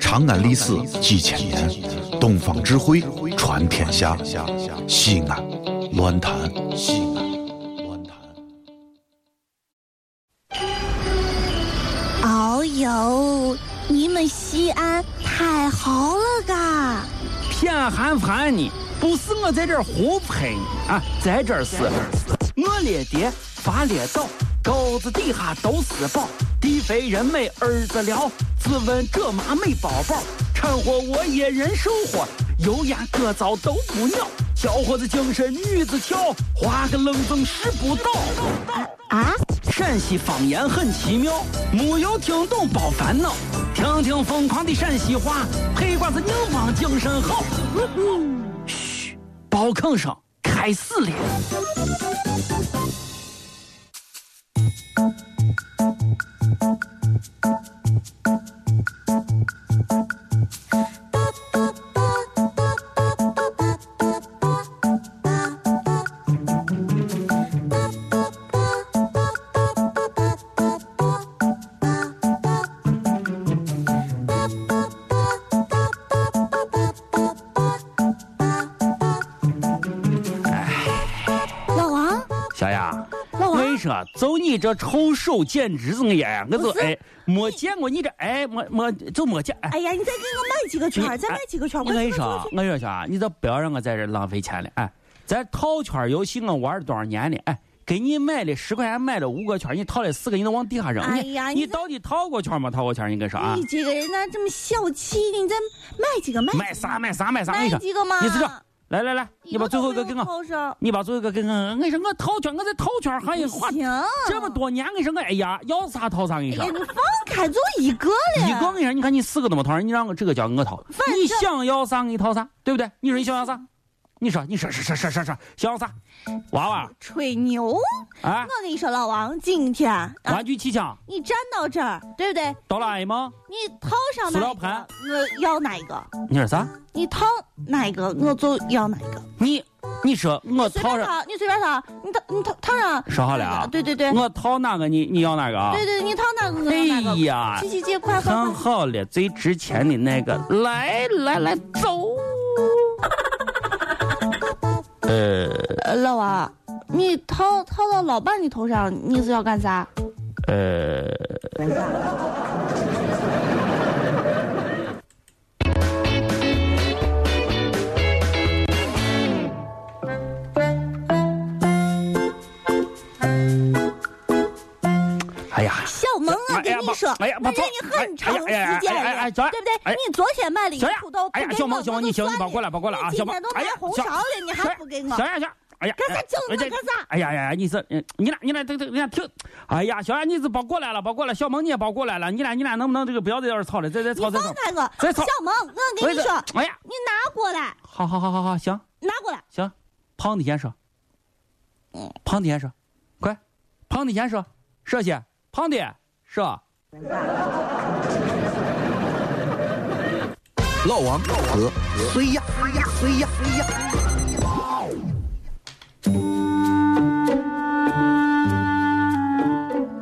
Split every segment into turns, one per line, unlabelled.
长安历史几千年，东方智慧传天下。西安，乱谈西安，乱
谈。哦呦，你们西安太好了嘎！
偏寒寒你，不是我在这儿胡喷你啊，在这儿是，我列爹发列倒，沟子底下都是宝。地肥人美儿子了，自问这妈没宝宝，掺和我也人生活，油盐各糟都不尿，小伙子精神女子俏，花个愣风拾不到。
啊！
陕西方言很奇妙，没有听懂别烦恼，听听疯狂的陕西话，黑瓜子硬邦精神好。嘘、嗯，包吭声开始了。就你这臭手，简直是我呀！我就哎，没见过你这哎，没没就没见。
哎呀，你再给我买几个
哎
圈，再买几个圈。啊我
跟你说，我跟你说啊，你就不要让我在这浪费钱了。哎，咱套圈游戏我玩了多少年了？哎，给你买了十块钱买了五个圈，你套了四个，你都往地下扔。
哎呀，
你到底套过圈没套过圈？你跟说啊？
你这个人咋这么小气呢？你再买几个买？
买啥买啥买啥？
买几个嘛？
你知道。来来来，你把最后一个给我，你把最后一个给我。我跟你说，我套圈，我在套圈行业花这么多年，我跟你说，我哎呀，要啥套啥。跟你说，
哎你放开就一个了。
一个，我跟你说，你看你四个都没套，你让我这个叫我套，你想要啥给你套啥，对不对？你说你想要啥？你说你说说说说说说想要啥？娃娃？
吹牛！
啊！
我跟你说，老王，今天啊
玩具气枪，
你站到这儿，对不对？
哆啦 A 梦，
你套上
塑料盘，
我呃要哪一个？
你说啥？
你套哪一个，我就要哪一个。
你你说我套
上，你随便套，你套你套套上。
说好了啊！
对对对，
我套哪个你你要哪个啊？
对对，你套哪个我
哎
要哪个。
呀，
琪琪姐，快快
看好了，最值钱的那个，来来来，走。
呃，老王，你套套到老伴你头上，你是要干啥？
呃。哎呀，
小萌，我跟啊你说，
哎呀，
我认你很长时间了，对不对？你昨天买了一个土豆，
哎呀，哎小萌，小萌，你行，你别过来，别过来啊，小萌，
哎呀，红烧了，你还不给我？
小呀，小，哎呀，
干啥整呢？干啥？
哎呀呀呀，你是，你俩，你俩，这这，你俩听，哎呀，小呀，你是别过来了，别过来，小萌你也别过来了，你俩，你俩能不能这个不要在这吵了？再再吵，
再
吵，
再吵。小萌，我跟你说，
哎呀，
你拿过来。
好好好好好，行，
拿过来。
行，胖的先说，胖的先说，快，胖的先说，说些。胖的是吧？
老王哥，谁呀？谁呀？谁呀？谁呀？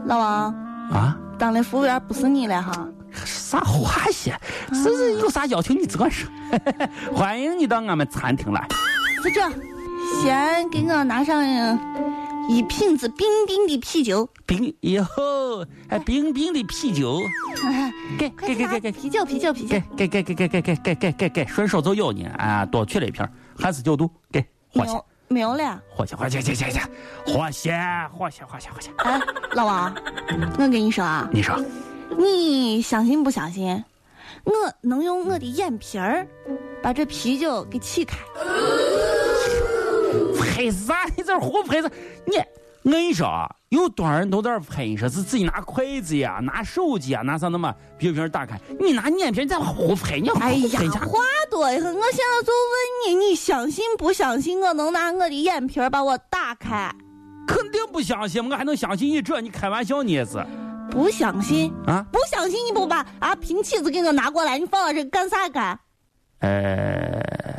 老王
啊，
当了服务员不是你了哈？
啥话些？这是有啥要求你自个说。 欢迎你到俺们餐厅来。
就这，啊先给我拿上。一瓶子冰冰的啤酒，
冰哟，还冰冰的啤酒，
哎
给给给给给
啊啤酒啤酒啤酒，
给给给给给给给给给给顺手就有呢啊，多取了一瓶，还是九度，给火
气没有了，
火气火气火气火气火气火气火气。
哎，老王，我跟你说啊，
你说，
你相信不相信？我能用我的眼皮儿把这啤酒给沏开。
拍啥？你这胡拍啥？你我跟你说啊，有多少人都在这拍，说是自己拿筷子呀、拿手机啊、拿啥那么啤酒打开，你拿眼皮在胡拍，你
哎呀，话多呀！我现在就问你，你相信不相信我能拿我的眼皮把我打开？
肯定不相信，我还能相信你这？你开玩笑你也是？
不相信
啊？
不相信你不把啊瓶起子给我拿过来，你放到这干啥干？
呃。